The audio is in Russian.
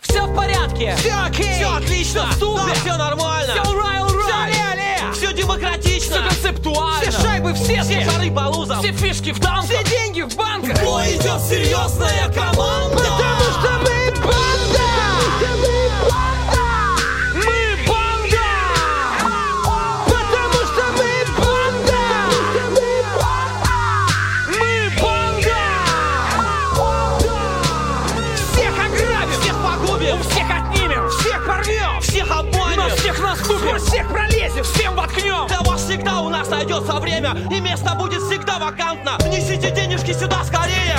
все в порядке. Все окей. Все отлично. Все супер. Все нормально. Все ура, ура. Все ле-ле. Все демократично. Все концептуально. Все шайбы в сетке. Все шары балуза. Все фишки в дамках. Все деньги в банках. бой идет серьезная команда. Потому что мы банда. Мы банда. Потому что мы банда. Мы банда. всех ограбим. Всех погубим. У всех отнимем. Всех порвем. Всех обманем. На всех наступим. Сквозь всех пролезем. Всем воткнем. Того всегда у нас найдется время, и место будет всегда вакантно. Несите денежки сюда скорее.